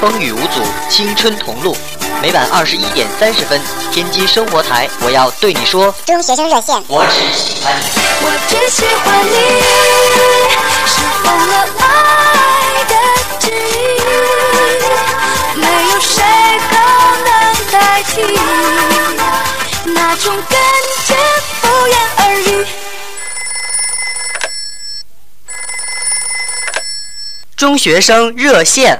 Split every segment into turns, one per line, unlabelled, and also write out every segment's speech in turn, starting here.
风雨无阻，青春同路。每晚二十一点三十分，天津生活台，我要对你说，
中学生热线。
我只喜欢你。
我只喜欢你，是疯了爱的旨意，没有谁都能代替那种感觉，不言而喻。
中学生热线。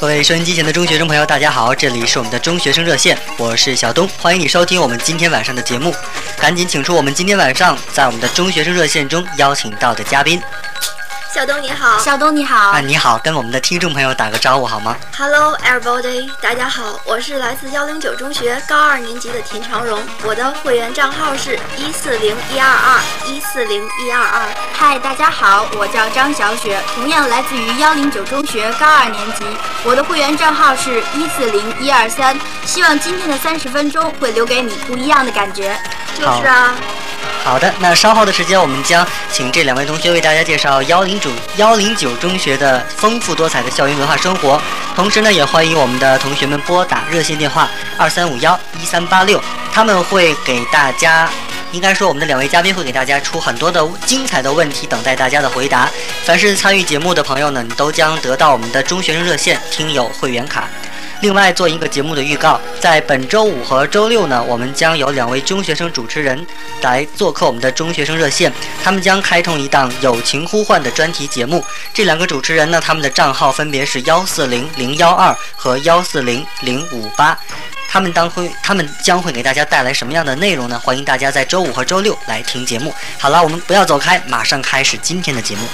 各位收音机前的中学生朋友，大家好，这里是我们的中学生热线，我是小东，欢迎你收听我们今天晚上的节目。赶紧请出我们今天晚上在我们的中学生热线中邀请到的嘉宾。
小东你好
小东你好，
啊，你好，跟我们的听众朋友打个招呼好吗？
，Hello everybody，大家好，我是来自幺零九中学高二年级的田长荣，我的会员账号是一四零一二二一四零一二二。
嗨，大家好，我叫张小雪，同样来自于幺零九中学高二年级，我的会员账号是一四零一二三，希望今天的三十分钟会留给你不一样的感觉。
就是啊，
好的，那稍后的时间我们将请这两位同学为大家介绍幺零九幺零九中学的丰富多彩的校园文化生活，同时呢，也欢迎我们的同学们拨打热线电话二三五幺一三八六，他们会给大家。应该说，我们的两位嘉宾会给大家出很多的精彩的问题，等待大家的回答。凡是参与节目的朋友呢，你都将得到我们的中学生热线听友会员卡。另外，做一个节目的预告，在本周五和周六呢，我们将有两位中学生主持人来做客我们的中学生热线，他们将开通一档“友情呼唤”的专题节目。这两个主持人呢，他们的账号分别是幺四零零幺二和幺四零零五八。他们当会，他们将会给大家带来什么样的内容呢？欢迎大家在周五和周六来听节目。好了，我们不要走开，马上开始今天的节目。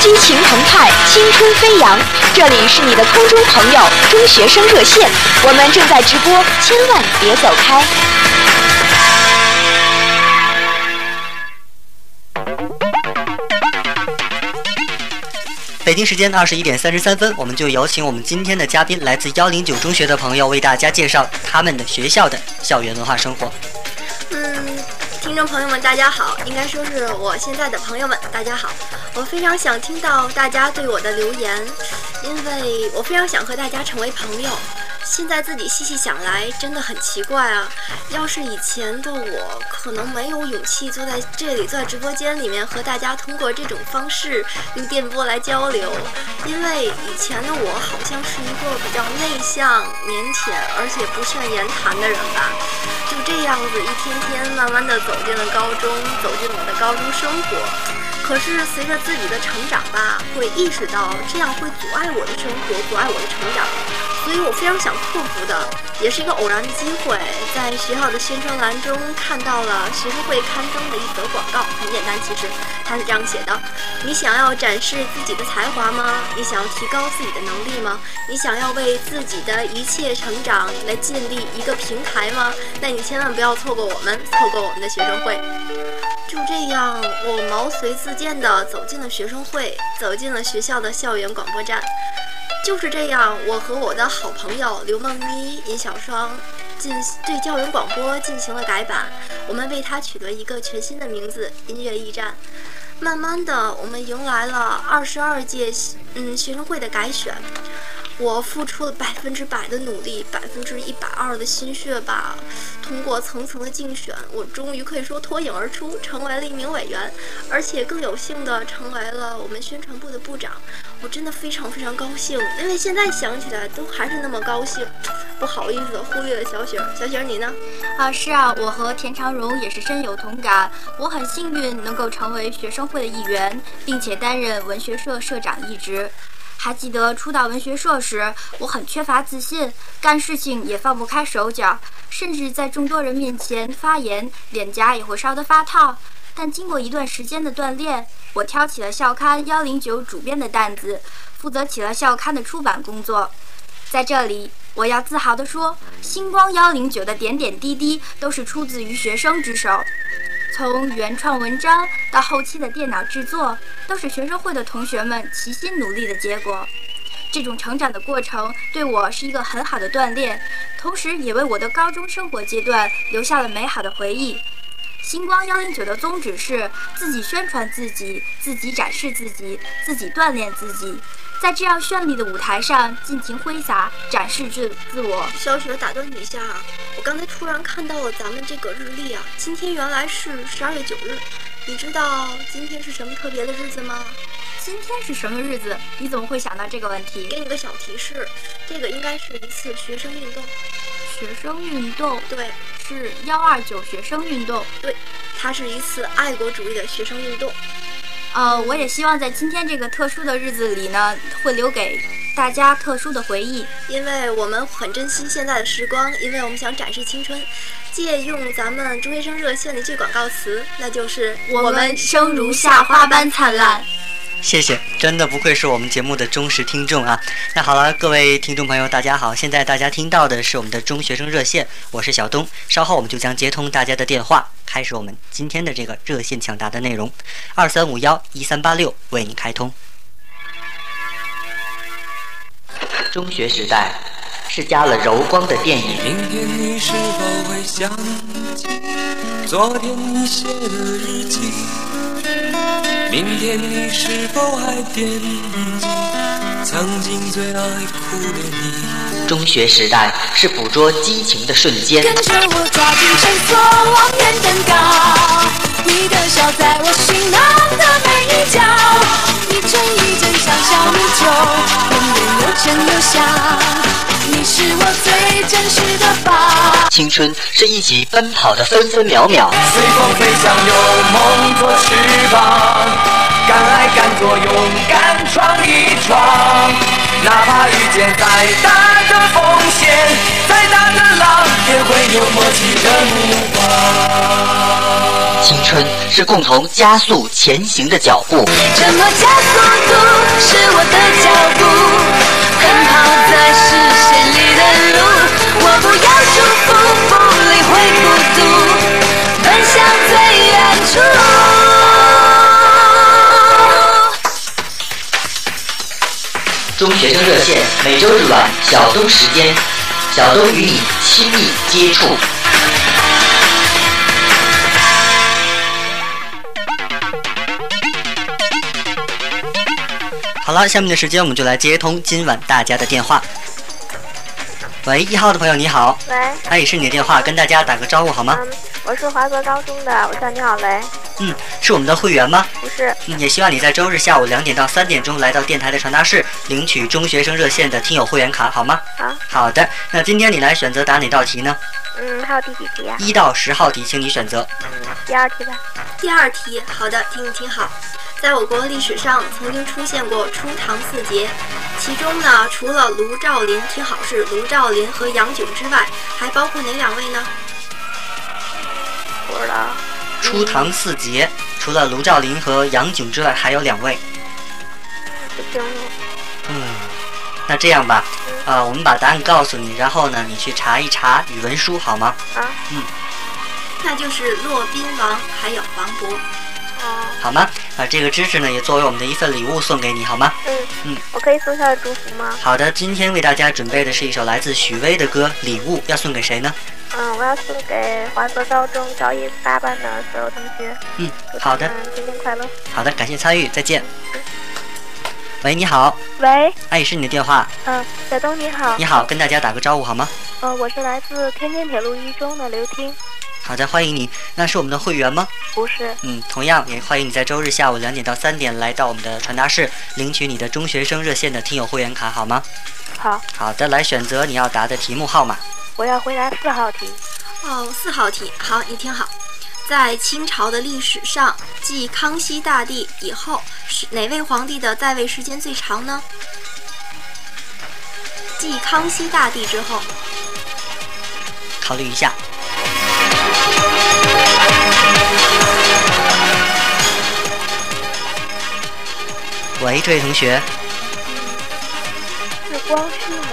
激情澎湃，青春飞扬。这里是你的空中朋友中学生热线，我们正在直播，千万别走开。
北京时间二十一点三十三分，我们就有请我们今天的嘉宾，来自幺零九中学的朋友为大家介绍他们的学校的校园文化生活。
嗯，听众朋友们大家好，应该说是我现在的朋友们大家好，我非常想听到大家对我的留言，因为我非常想和大家成为朋友。现在自己细细想来，真的很奇怪啊！要是以前的我，可能没有勇气坐在这里，坐在直播间里面和大家通过这种方式用电波来交流，因为以前的我好像是一个比较内向、腼腆，而且不善言谈的人吧。就这样子，一天天慢慢的走进了高中，走进我的高中生活。可是随着自己的成长吧，会意识到这样会阻碍我的生活，阻碍我的成长，所以我非常想克服的，也是一个偶然的机会，在学校的宣传栏中看到了学生会刊登的一则广告，很简单，其实它是这样写的：你想要展示自己的才华吗？你想要提高自己的能力吗？你想要为自己的一切成长来建立一个平台吗？那你千万不要错过我们，错过我们的学生会。就这样，我毛遂自荐地走进了学生会，走进了学校的校园广播站。就是这样，我和我的好朋友刘梦妮、尹小双进对校园广播进行了改版，我们为它取了一个全新的名字——音乐驿站。慢慢的，我们迎来了二十二届嗯学生会的改选。我付出了百分之百的努力，百分之一百二的心血吧。通过层层的竞选，我终于可以说脱颖而出，成为了一名委员，而且更有幸的成为了我们宣传部的部长。我真的非常非常高兴，因为现在想起来都还是那么高兴。不好意思，忽略了小雪儿，小雪儿你呢？
啊，是啊，我和田长荣也是深有同感。我很幸运能够成为学生会的一员，并且担任文学社社长一职。还记得初到文学社时，我很缺乏自信，干事情也放不开手脚，甚至在众多人面前发言，脸颊也会烧得发烫。但经过一段时间的锻炼，我挑起了校刊幺零九主编的担子，
负责起了校刊的出版工作。在这里，我要自豪地说，星光幺零九的点点滴滴都是出自于学生之手。从原创文章到后期的电脑制作，都是学生会的同学们齐心努力的结果。这种成长的过程对我是一个很好的锻炼，同时也为我的高中生活阶段留下了美好的回忆。星光幺零九的宗旨是自己宣传自己，自己展示自己，自己锻炼自己，在这样绚丽的舞台上尽情挥洒，展示自自我。
小雪打断你一下啊，我刚才突然看到了咱们这个日历啊，今天原来是十二月九日，你知道今天是什么特别的日子吗？
今天是什么日子？你怎么会想到这个问题？
给你个小提示，这个应该是一次学生运动。
学生运动
对
是幺二九学生运动。
对，它是一次爱国主义的学生运动。
呃，我也希望在今天这个特殊的日子里呢，会留给大家特殊的回忆。
因为我们很珍惜现在的时光，因为我们想展示青春。借用咱们中学生热线的一句广告词，那就是
我们生如夏花般灿烂。
谢谢，真的不愧是我们节目的忠实听众啊！那好了，各位听众朋友，大家好，现在大家听到的是我们的中学生热线，我是小东，稍后我们就将接通大家的电话，开始我们今天的这个热线抢答的内容，二三五幺一三八六为您开通。中学时代是加了柔光的电影，
明天你是否会想起昨天你写的日记？明天你是否还惦记曾经最爱哭的你？
中学时代是捕捉激情的瞬间
跟着我抓紧绳索往远登高，你的笑在我行囊的每一角，一针一针像小米酒，永远又甜又香。你是我最真实的宝，
青春是一起奔跑的分分秒秒。
随风飞翔，有梦做翅膀，敢爱敢做，勇敢闯一闯。哪怕遇见再大的风险，再大的浪，也会有默契的目光。
青春是共同加速前行的脚步，
这么加速度是我的脚步，奔跑在视线里的路，我不要祝福，不理会孤独，奔向最远处。
中学生热线每周日晚小东时间，小东与你亲密接触。好了，下面的时间我们就来接通今晚大家的电话。喂，一号的朋友你好，
喂，
哎，是你的电话，跟大家打个招呼好吗？
嗯，我是华格高中的，我叫倪小雷，
嗯，是我们的会员吗？
不是，
嗯也希望你在周日下午两点到三点钟来到电台的传达室，领取中学生热线的听友会员卡，好吗？
好
好的，那今天你来选择答哪道题呢？
嗯，还有第几题啊？
一到十号题，请你选择。
第二题吧。
第二题，好的，听一听好。在我国历史上曾经出现过初唐四杰，其中呢，除了卢照邻，听好是卢照邻和杨炯之外，还包括哪两位呢？
不知道，
初唐四杰，除了卢照邻和杨炯之外，还有两位。
不清楚。
嗯，那这样吧，啊、我们把答案告诉你，然后呢，你去查一查语文书，好吗？
啊，
那就是骆宾王还有王勃。
哦，
好吗？啊、这个知识呢，也作为我们的一份礼物送给你，好吗？
嗯
嗯，
我可以送他的祝福吗？
好的，今天为大家准备的是一首来自许巍的歌《礼物》，要送给谁呢？
嗯，我要送给华格高中高一八班的所有同学，
嗯，
祝
好的
他。们天天快乐。
好的，感谢参与，再见。喂，你好，
喂，
哎，是你的电话，
嗯，小东你好，
你好，跟大家打个招呼好吗？
呃，我是来自天津铁路一中的刘听，
好的，欢迎你，那是我们的会员吗？
不是，
嗯，同样也欢迎你在周日下午两点到三点来到我们的传达室，领取你的中学生热线的听友会员卡，好吗？
好，
好的，来选择你要答的题目号码。
我要回答四号题。
哦，四号题，好，你听好。在清朝的历史上，继康熙大帝以后，是哪位皇帝的在位时间最长呢？继康熙大帝之后，
考虑一下。喂，这位同学，
光绪吗？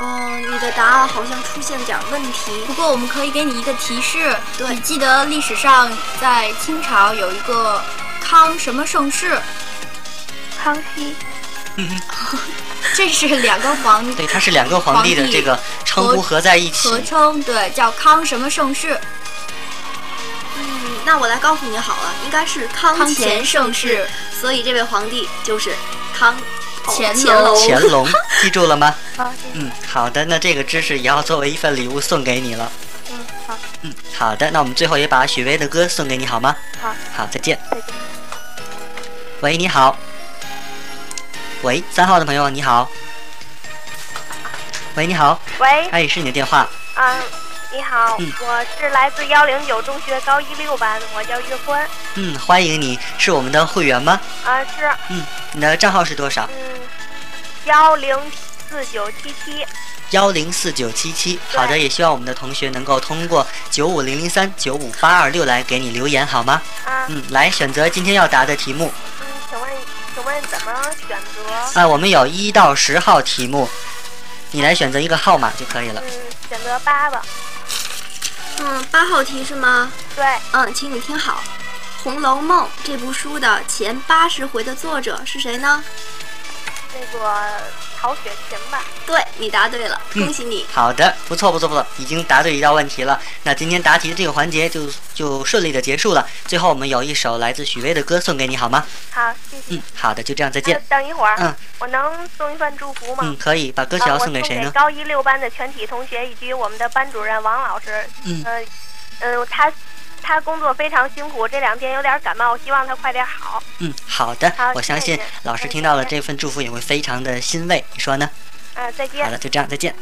哦
嗯，你的答案好像出现点儿问题
不。过我们可以给你一个提示，
对
你记得历史上在清朝有一个康什么盛世，
康熙，
这是两个皇
对，它是两个皇帝的这个称呼合在一起。
合称，对，叫康什么盛世，
嗯，那我来告诉你好了，应该是康
康
乾
乾
盛
盛
世
世，哦
所以这位皇帝就是康
乾
乾
隆
乾 隆，记住了吗？
好，谢谢。
嗯，好的，那这个知识也要作为一份礼物送给你了。
嗯，好，
嗯，好的，那我们最后也把许巍的歌送给你好吗？
好，
好，再见。
再见。
喂，你好。喂，三号的朋友你好。喂，你好，
喂，
哎，是你的电话。
嗯，你好，
嗯
我是来自幺零九中学高一六班，我叫岳欢，
嗯，欢迎你，是我们的会员吗？嗯
啊，是，
你的账号是多少？
嗯，幺零四九七七，
幺零四九七七。好的，也希望我们的同学能够通过九五零零三九五八二六来给你留言好吗？
啊，
嗯，来选择今天要答的题目。
嗯，请问，请问怎么选择？
啊，我们有一到十号题目，你来选择一个号码就可以了。
嗯，选择八吧。
嗯，八号题是吗？
对，
嗯，请你听好，嗯《红楼梦》这部书的前八十回的作者是谁呢？
那个曹雪芹吧。
对你答对了，
嗯
恭喜你。
好的，不错不错不错，已经答对一道问题了。那今天答题的这个环节就就顺利的结束了。最后我们有一首来自许巍的歌送给你好吗？
好，谢谢。
嗯，好的，就这样，再
那
见。
呃等一会儿，
嗯
我能送一份祝福吗？
嗯，可以把歌曲
啊，
要
我
送给谁呢？
高一六班的全体同学以及我们的班主任王老师。
嗯
呃，嗯、他他工作非常辛苦，这两天有点感冒，希望他快点好。
嗯，好的
好，
我相
谢
信
谢
老师听到了这份祝福也会非常的欣慰，你说呢？
嗯、再
好
见。
的，就这样，再见。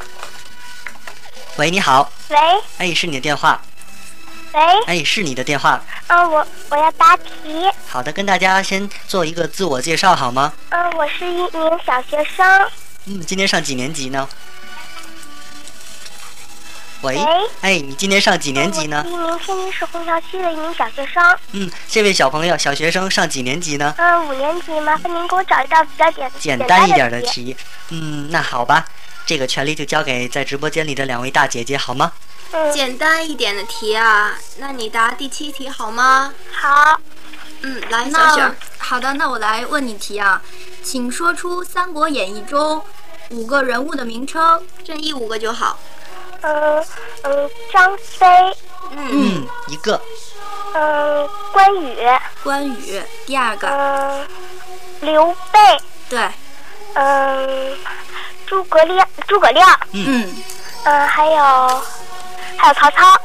喂，你好，
喂
哎，是你的电话，
喂，
哎，是你的电话。
呃，我我要答题。
好的，跟大家先做一个自我介绍好吗？
呃，我是一名小学生。
嗯，今年上几年级呢？喂
喂，
哎，你今年上几年级呢？
一名天津市虹桥区的一名小学生。
嗯，这位小朋友，小学生上几年级呢？
嗯、五年级，麻烦您给我找一道比较简
简单一点
的
的。题。嗯，那好吧，这个权利就交给在直播间里的两位大姐姐好吗？
嗯，
简单一点的题啊，那你答第七题好吗？
好。
嗯，来，小雪
那
儿，
好的，那我来问你题啊，请说出《三国演义》中五个人物的名称。
任意五个就好。
嗯嗯，张飞，
嗯，
嗯，一个。
嗯，关羽，
关羽，第二个，
嗯，刘备，
对，
嗯，诸葛亮，诸葛亮，
嗯，
嗯，还有还有曹操。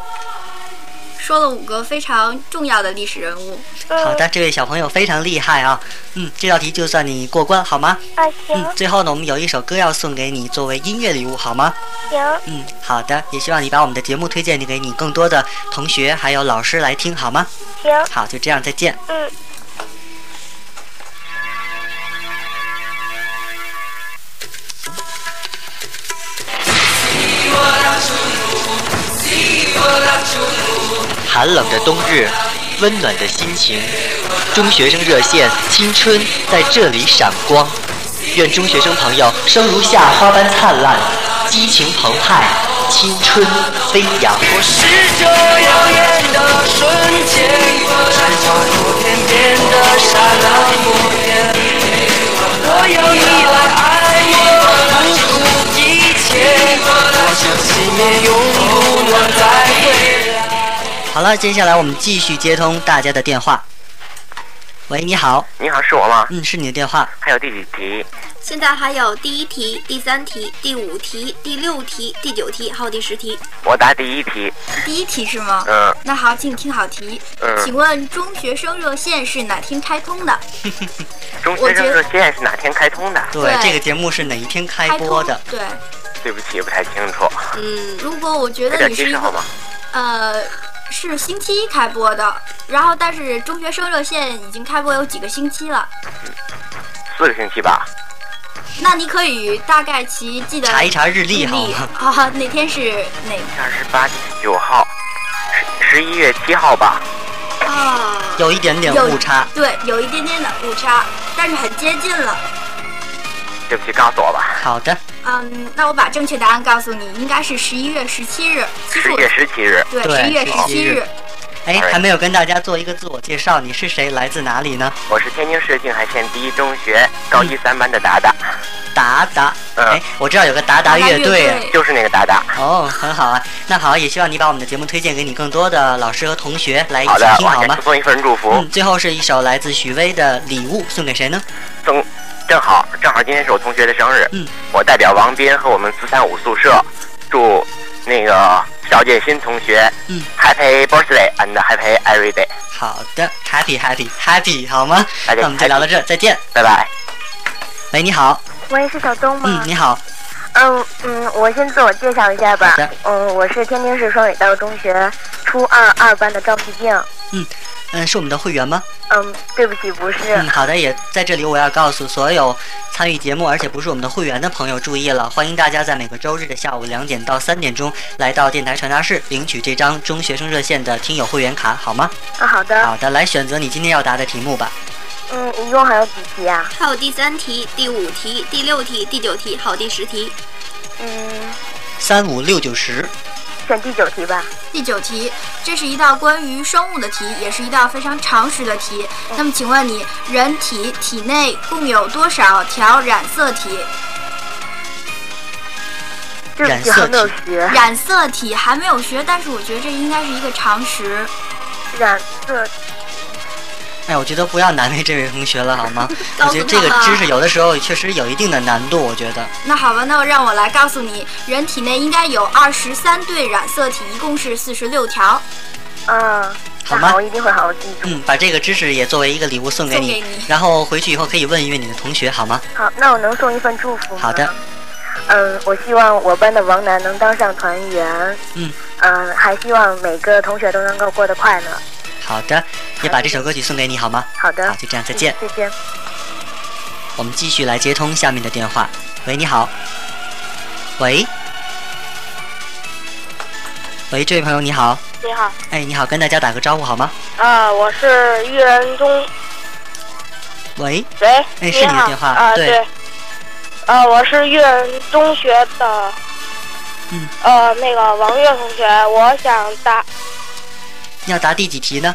说了五个非常重要的历史人物。
嗯，
好的，这位小朋友非常厉害啊。嗯，这道题就算你过关好吗？
嗯，
嗯，
行
最后呢，我们有一首歌要送给你作为音乐礼物好吗？
行，
嗯，好的，也希望你把我们的节目推荐给你更多的同学还有老师来听好吗？
行，
好，就这样，再见。
嗯。
寒冷的冬日，温暖的心情，中学生热线青春在这里闪光。愿中学生朋友生如夏花般灿烂，激情澎湃，青春飞扬。
我试着耀眼的瞬间，闪烁过天边的刹那火焰。我要依赖爱你，不顾一切。我想熄灭，永不能再回来。
好了，接下来我们继续接通大家的电话。喂，你好，
你好，是我吗？
嗯，是你的电话。
还有第几题？
现在还有第一题、第三题、第五题、第六题、第九题，还有第十题。
我答第一题。
第一题是吗？
嗯
那好，请听好题，
嗯，
请问中学生热线是哪天开通的？
中学生热线是哪天开通的？
对，
对
这个节目是哪一天开播的？
通。对，
对不起，不太清楚，
嗯，
如果我觉
给
得
点
你
提
是一
示好
个
吗？
呃，是星期一开播的，然后但是中学生热线已经开播有几个星期了，
四个星期吧。
那你可以大概其记得
查一查日
日
历
历
好吗？
啊，哪天是哪？
二十八、九号，十十一月七号吧。
啊，
有一点点
有
误差。
对，有一点点的误差，但是很接近了。
对不起，告诉我吧。
好的，
嗯，那我把正确答案告诉你，应该是十一月十七日。其
十
实我
一月十七日，
对，
对
十一月十
17
七
日
日。
哎，
哎
还没有跟大家做一个自我介绍，你是谁，来自哪里呢？
我是天津市静海县第一中学高一三班的达达，
达达，
嗯
哎，我知道有个达达乐队。
队，
就是那个达达。
哦，很好啊，那好，也希望你把我们的节目推荐给你更多的老师和同学来一起
好的，
听，
往
哎好
下
吗？
送一份祝福，
嗯，最后是一首来自许巍的《礼物》，送给谁呢？
正正好正好今天是我同学的生日，
嗯
我代表王斌和我们四三五宿舍祝那个邵建新同学，
嗯
，Happy birthday and Happy every day，
好的，Happy Happy Happy，好吗？
大家
那我们就聊到
happy，
这儿，再见。
拜拜。
喂，你好，
喂，是小东
嗯，
吗？
你好，
嗯嗯，我先自我介绍一下吧
好的。
嗯，我是天津市双语道中学初二二班的赵皮静。
嗯，是我们的会员吗？
嗯，对不起，不是。
嗯，好的，也在这里我要告诉所有参与节目而且不是我们的会员的朋友注意了，欢迎大家在每个周日的下午两点到三点钟来到电台传达室领取这张中学生热线的听友会员卡，好吗？
啊，好的。
好的，来选择你今天要答的题目吧。
嗯，一共还有几题啊？
还有第三题、第五题、第六题、第九题，还有第十题。
嗯，
三五六九十，
选第九题吧。
第九题，这是一道关于生物的题，也是一道非常常识的题。
哦
那么，请问你，人体体内共有多少条染色体？
对
染
不
色
起，还没有
体
学。
染色体还没有学，但是我觉得这应该是一个常识。
染色
哎，我觉得不要难为这位同学了，好 吗？我
告诉
觉得这个
他吧
知识有的时啊候确实有一定的难度，我觉得。
那好吧，那我让我来告诉你，人体内应该有二十三对染色体，一共是四十六条。
嗯，
好
那
吗
好，我一定会好好记住。
嗯，把这个知识也作为一个礼物送给你，
送给你
然后回去以后可以问一问你的同学，好吗？
好，那我能送一份祝福吗？
好的。
嗯，我希望我班的王楠能当上团员。
嗯。
嗯，还希望每个同学都能够过得快乐。
好的，也把这首歌曲送给你，好吗？
好的。嗯
好，就这样，再见。
再见。
我们继续来接通下面的电话。喂，你好。喂，喂，这位朋友你好。
你好。
哎，你好，跟大家打个招呼好吗？
啊，我是玉人中。
喂，
喂，
哎是你的
好
电话
啊、
对
对。呃，我是育人中学的，
嗯
呃，那个王悦同学，我想答，
你要答第几题呢？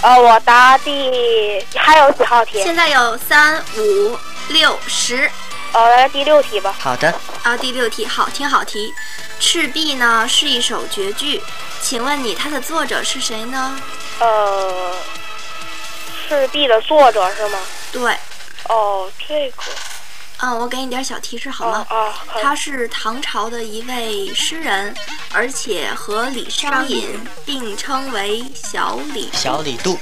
呃，我答第还有几号题？
现在有三五六十，
呃，来第六题吧。
好的，
啊，第六题，好，听好题。赤壁呢是一首绝句，请问你它的作者是谁呢？
呃，赤壁的作者是吗？
对，
哦，这个，
嗯，我给你点儿小提示好吗
哦？哦，好
他是唐朝的一位诗人，而且和李商隐并称为小李。
小李杜。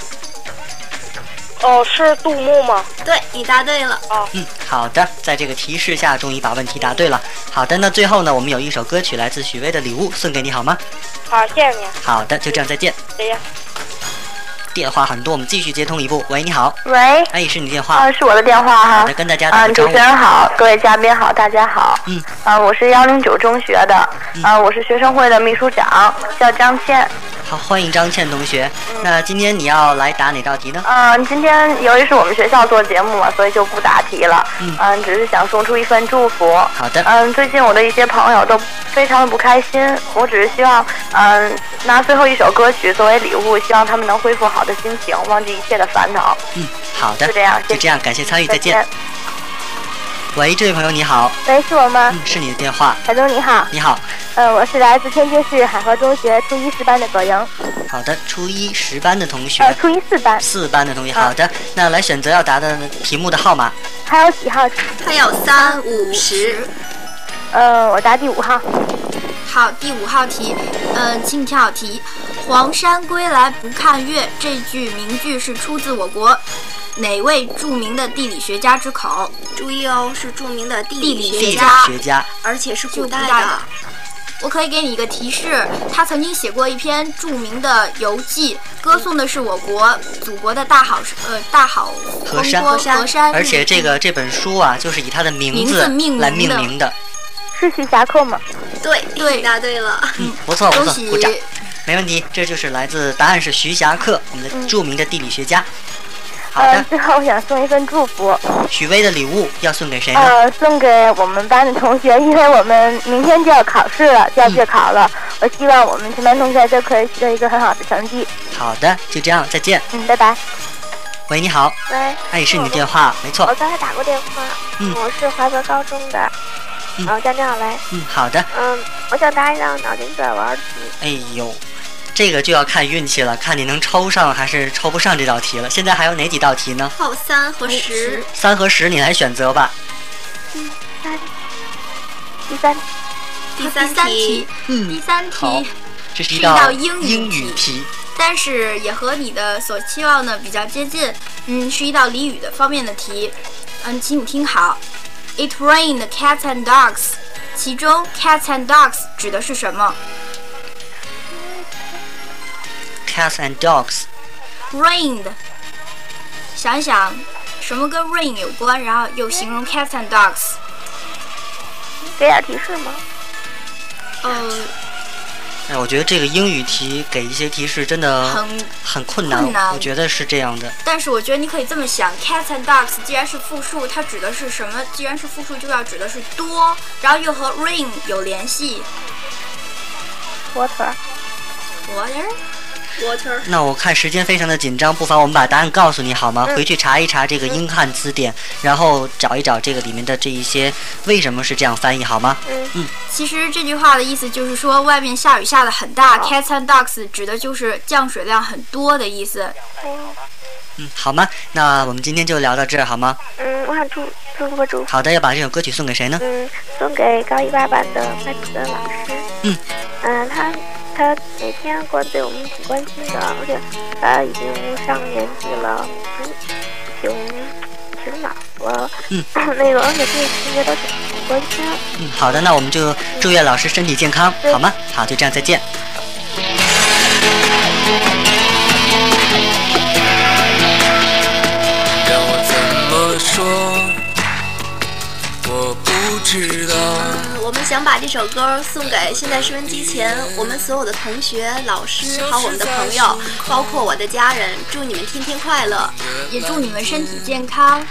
哦，是杜牧吗？
对你答对了，
嗯，好的，在这个提示下，终于把问题答对了。好的，那最后呢，我们有一首歌曲来自许巍的《礼物》，送给你好吗？
好，啊谢谢你，
好的，就这样，再见。
再见。
电话很多，我们继续接通一部。喂，你好，
喂，
哎，是你电话。
啊，是我的电话哈。
好的，跟大家打
嗯，
个
主
招
持
呼。
人好，各位嘉宾好，大家好。
嗯。
啊，我是幺零九中学的，啊，我是学生会的秘书长，叫张倩。
好，欢迎张倩同学。那今天你要来答哪道题呢？
嗯、今天由于是我们学校做节目嘛，所以就不答题了。
嗯
嗯、只是想送出一份祝福。
好的，
嗯，最近我的一些朋友都非常的不开心，我只是希望，嗯，拿最后一首歌曲作为礼物，希望他们能恢复好的心情，忘记一切的烦恼。
嗯，好的，
就这样谢谢
就这样，感谢参与，再见。。喂，这位朋友你好，
喂，是我吗？
嗯，是你的电话。
海东你好，
你好，
嗯，我是来自天津市海河中学初一四班的葛莹，
好的，初一十班的同
呃，
学，
初一四班，
四班的同学，好的，那来选择要答的题目的号码。
还有几号？
它有三五十，
呃，我答第五号。
好，第五号题，嗯，请听好题，“黄山归来不看岳”这句名句是出自我国哪位著名的地理学家之口？
注意哦，是著名的地
地理
理学
地理
学
家，
家
学家，
而且是古代
就古代的
的。
我可以给你一个提示，他曾经写过一篇著名的游记，歌颂的是我国祖国的大好呃大好
河
风
山
光
河
河山，
而且这个这本书啊，就是以他的名
名
字
字命
来
名的
命名的。
是徐霞客吗？
对，
对
你答对了。
嗯，不错不
恭
错，
喜
鼓掌，没问题。这就是来自答案是徐霞客，我们的著名的地理学家。好
嗯
的，，
最后我想送一份祝福，
许巍的礼物要送给谁呢？
呃，送给我们班的同学，因为我们明天就要考试了，就要
嗯
月考了。我希望我们全班同学都可以取得一个很好的成绩。
好的，就这样，再见。
嗯，拜拜。
喂，你好，
喂，
哎，是你的电话，没错
我。刚才打过电话，
嗯
我是华北高中的，
嗯
呃，张亮雷，
嗯，好的。
嗯，我想答一张脑筋急转弯题，
哎呦，这个就要看运气了，看你能抽上还是抽不上这道题了。现在还有哪几道题呢？
靠三和十，
三和十，你来选择吧。
第三，
第
第
三
三题
题，，
嗯
第，三
好
题，
这是一
是一道
道
英语
英语
题
题。
但是也和你的所期望呢比较接近。嗯，是一道俚语的方面的题。嗯，请你听好，It rained cats and dogs。其中 cats and dogs 指的是什么
Cats and dogs，
？rained。想一想，什么跟 rain 有关，然后又形容 cats and dogs。
给点提示吗？
呃，
哎，我觉得这个英语题给一些提示真的
很
很困难，
困难
我觉得是这样的。
但是我觉得你可以这么想，cats and dogs 既然是复数，它指的是什么？既然是复数，就要指的是多，然后又和 rain 有联系。
火腿儿。
Water，
water
那我看时间非常的紧张，不妨我们把答案告诉你好吗？
嗯
回去查一查这个英汉词典，然后找一找这个里面的这一些为什么是这样翻译好吗？
其实这句话的意思就是说，外面下雨下的很大，cats and dogs 指的就是降水量很多的意思。
嗯，好吗？那我们今天就聊到这儿好吗？
嗯，我想祝祝福个祝福，
好的，要把这首歌曲送给谁呢？
嗯，送给高一八班的麦普的老师，
嗯，
嗯，他他每天关对我们挺关心的，而且他呃已经上年纪了，嗯，挺挺老了，
嗯，
那个而且对同学都挺关心，
嗯，好的，那我们就祝愿老师身体健康，好吗？好，就这样，再见。
让我怎么说？我不知道。
嗯，我们想把这首歌送给现在收音机前我们所有的同学、老师，还有我们的朋友，包括我的家人。祝你们天天快乐，
也祝你们身体健康。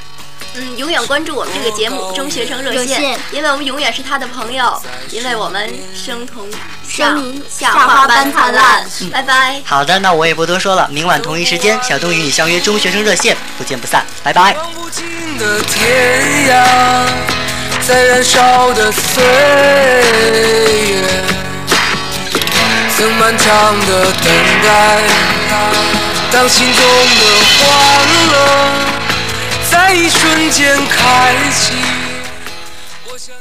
嗯，永远关注我们这个节目《中学哦生热线》
热线
因为我们永远是他的朋友，因为我们生同
生
上
同
下
下
花
花
般
般灿
灿烂
烂。
拜拜。
好的，那我也不多说了，明晚同一时间，小东与你相约中学生热线，不见不散，拜拜。
望不尽的天涯，在燃烧的岁月，曾漫长的等待，当心中的欢乐在一瞬间开启。我想。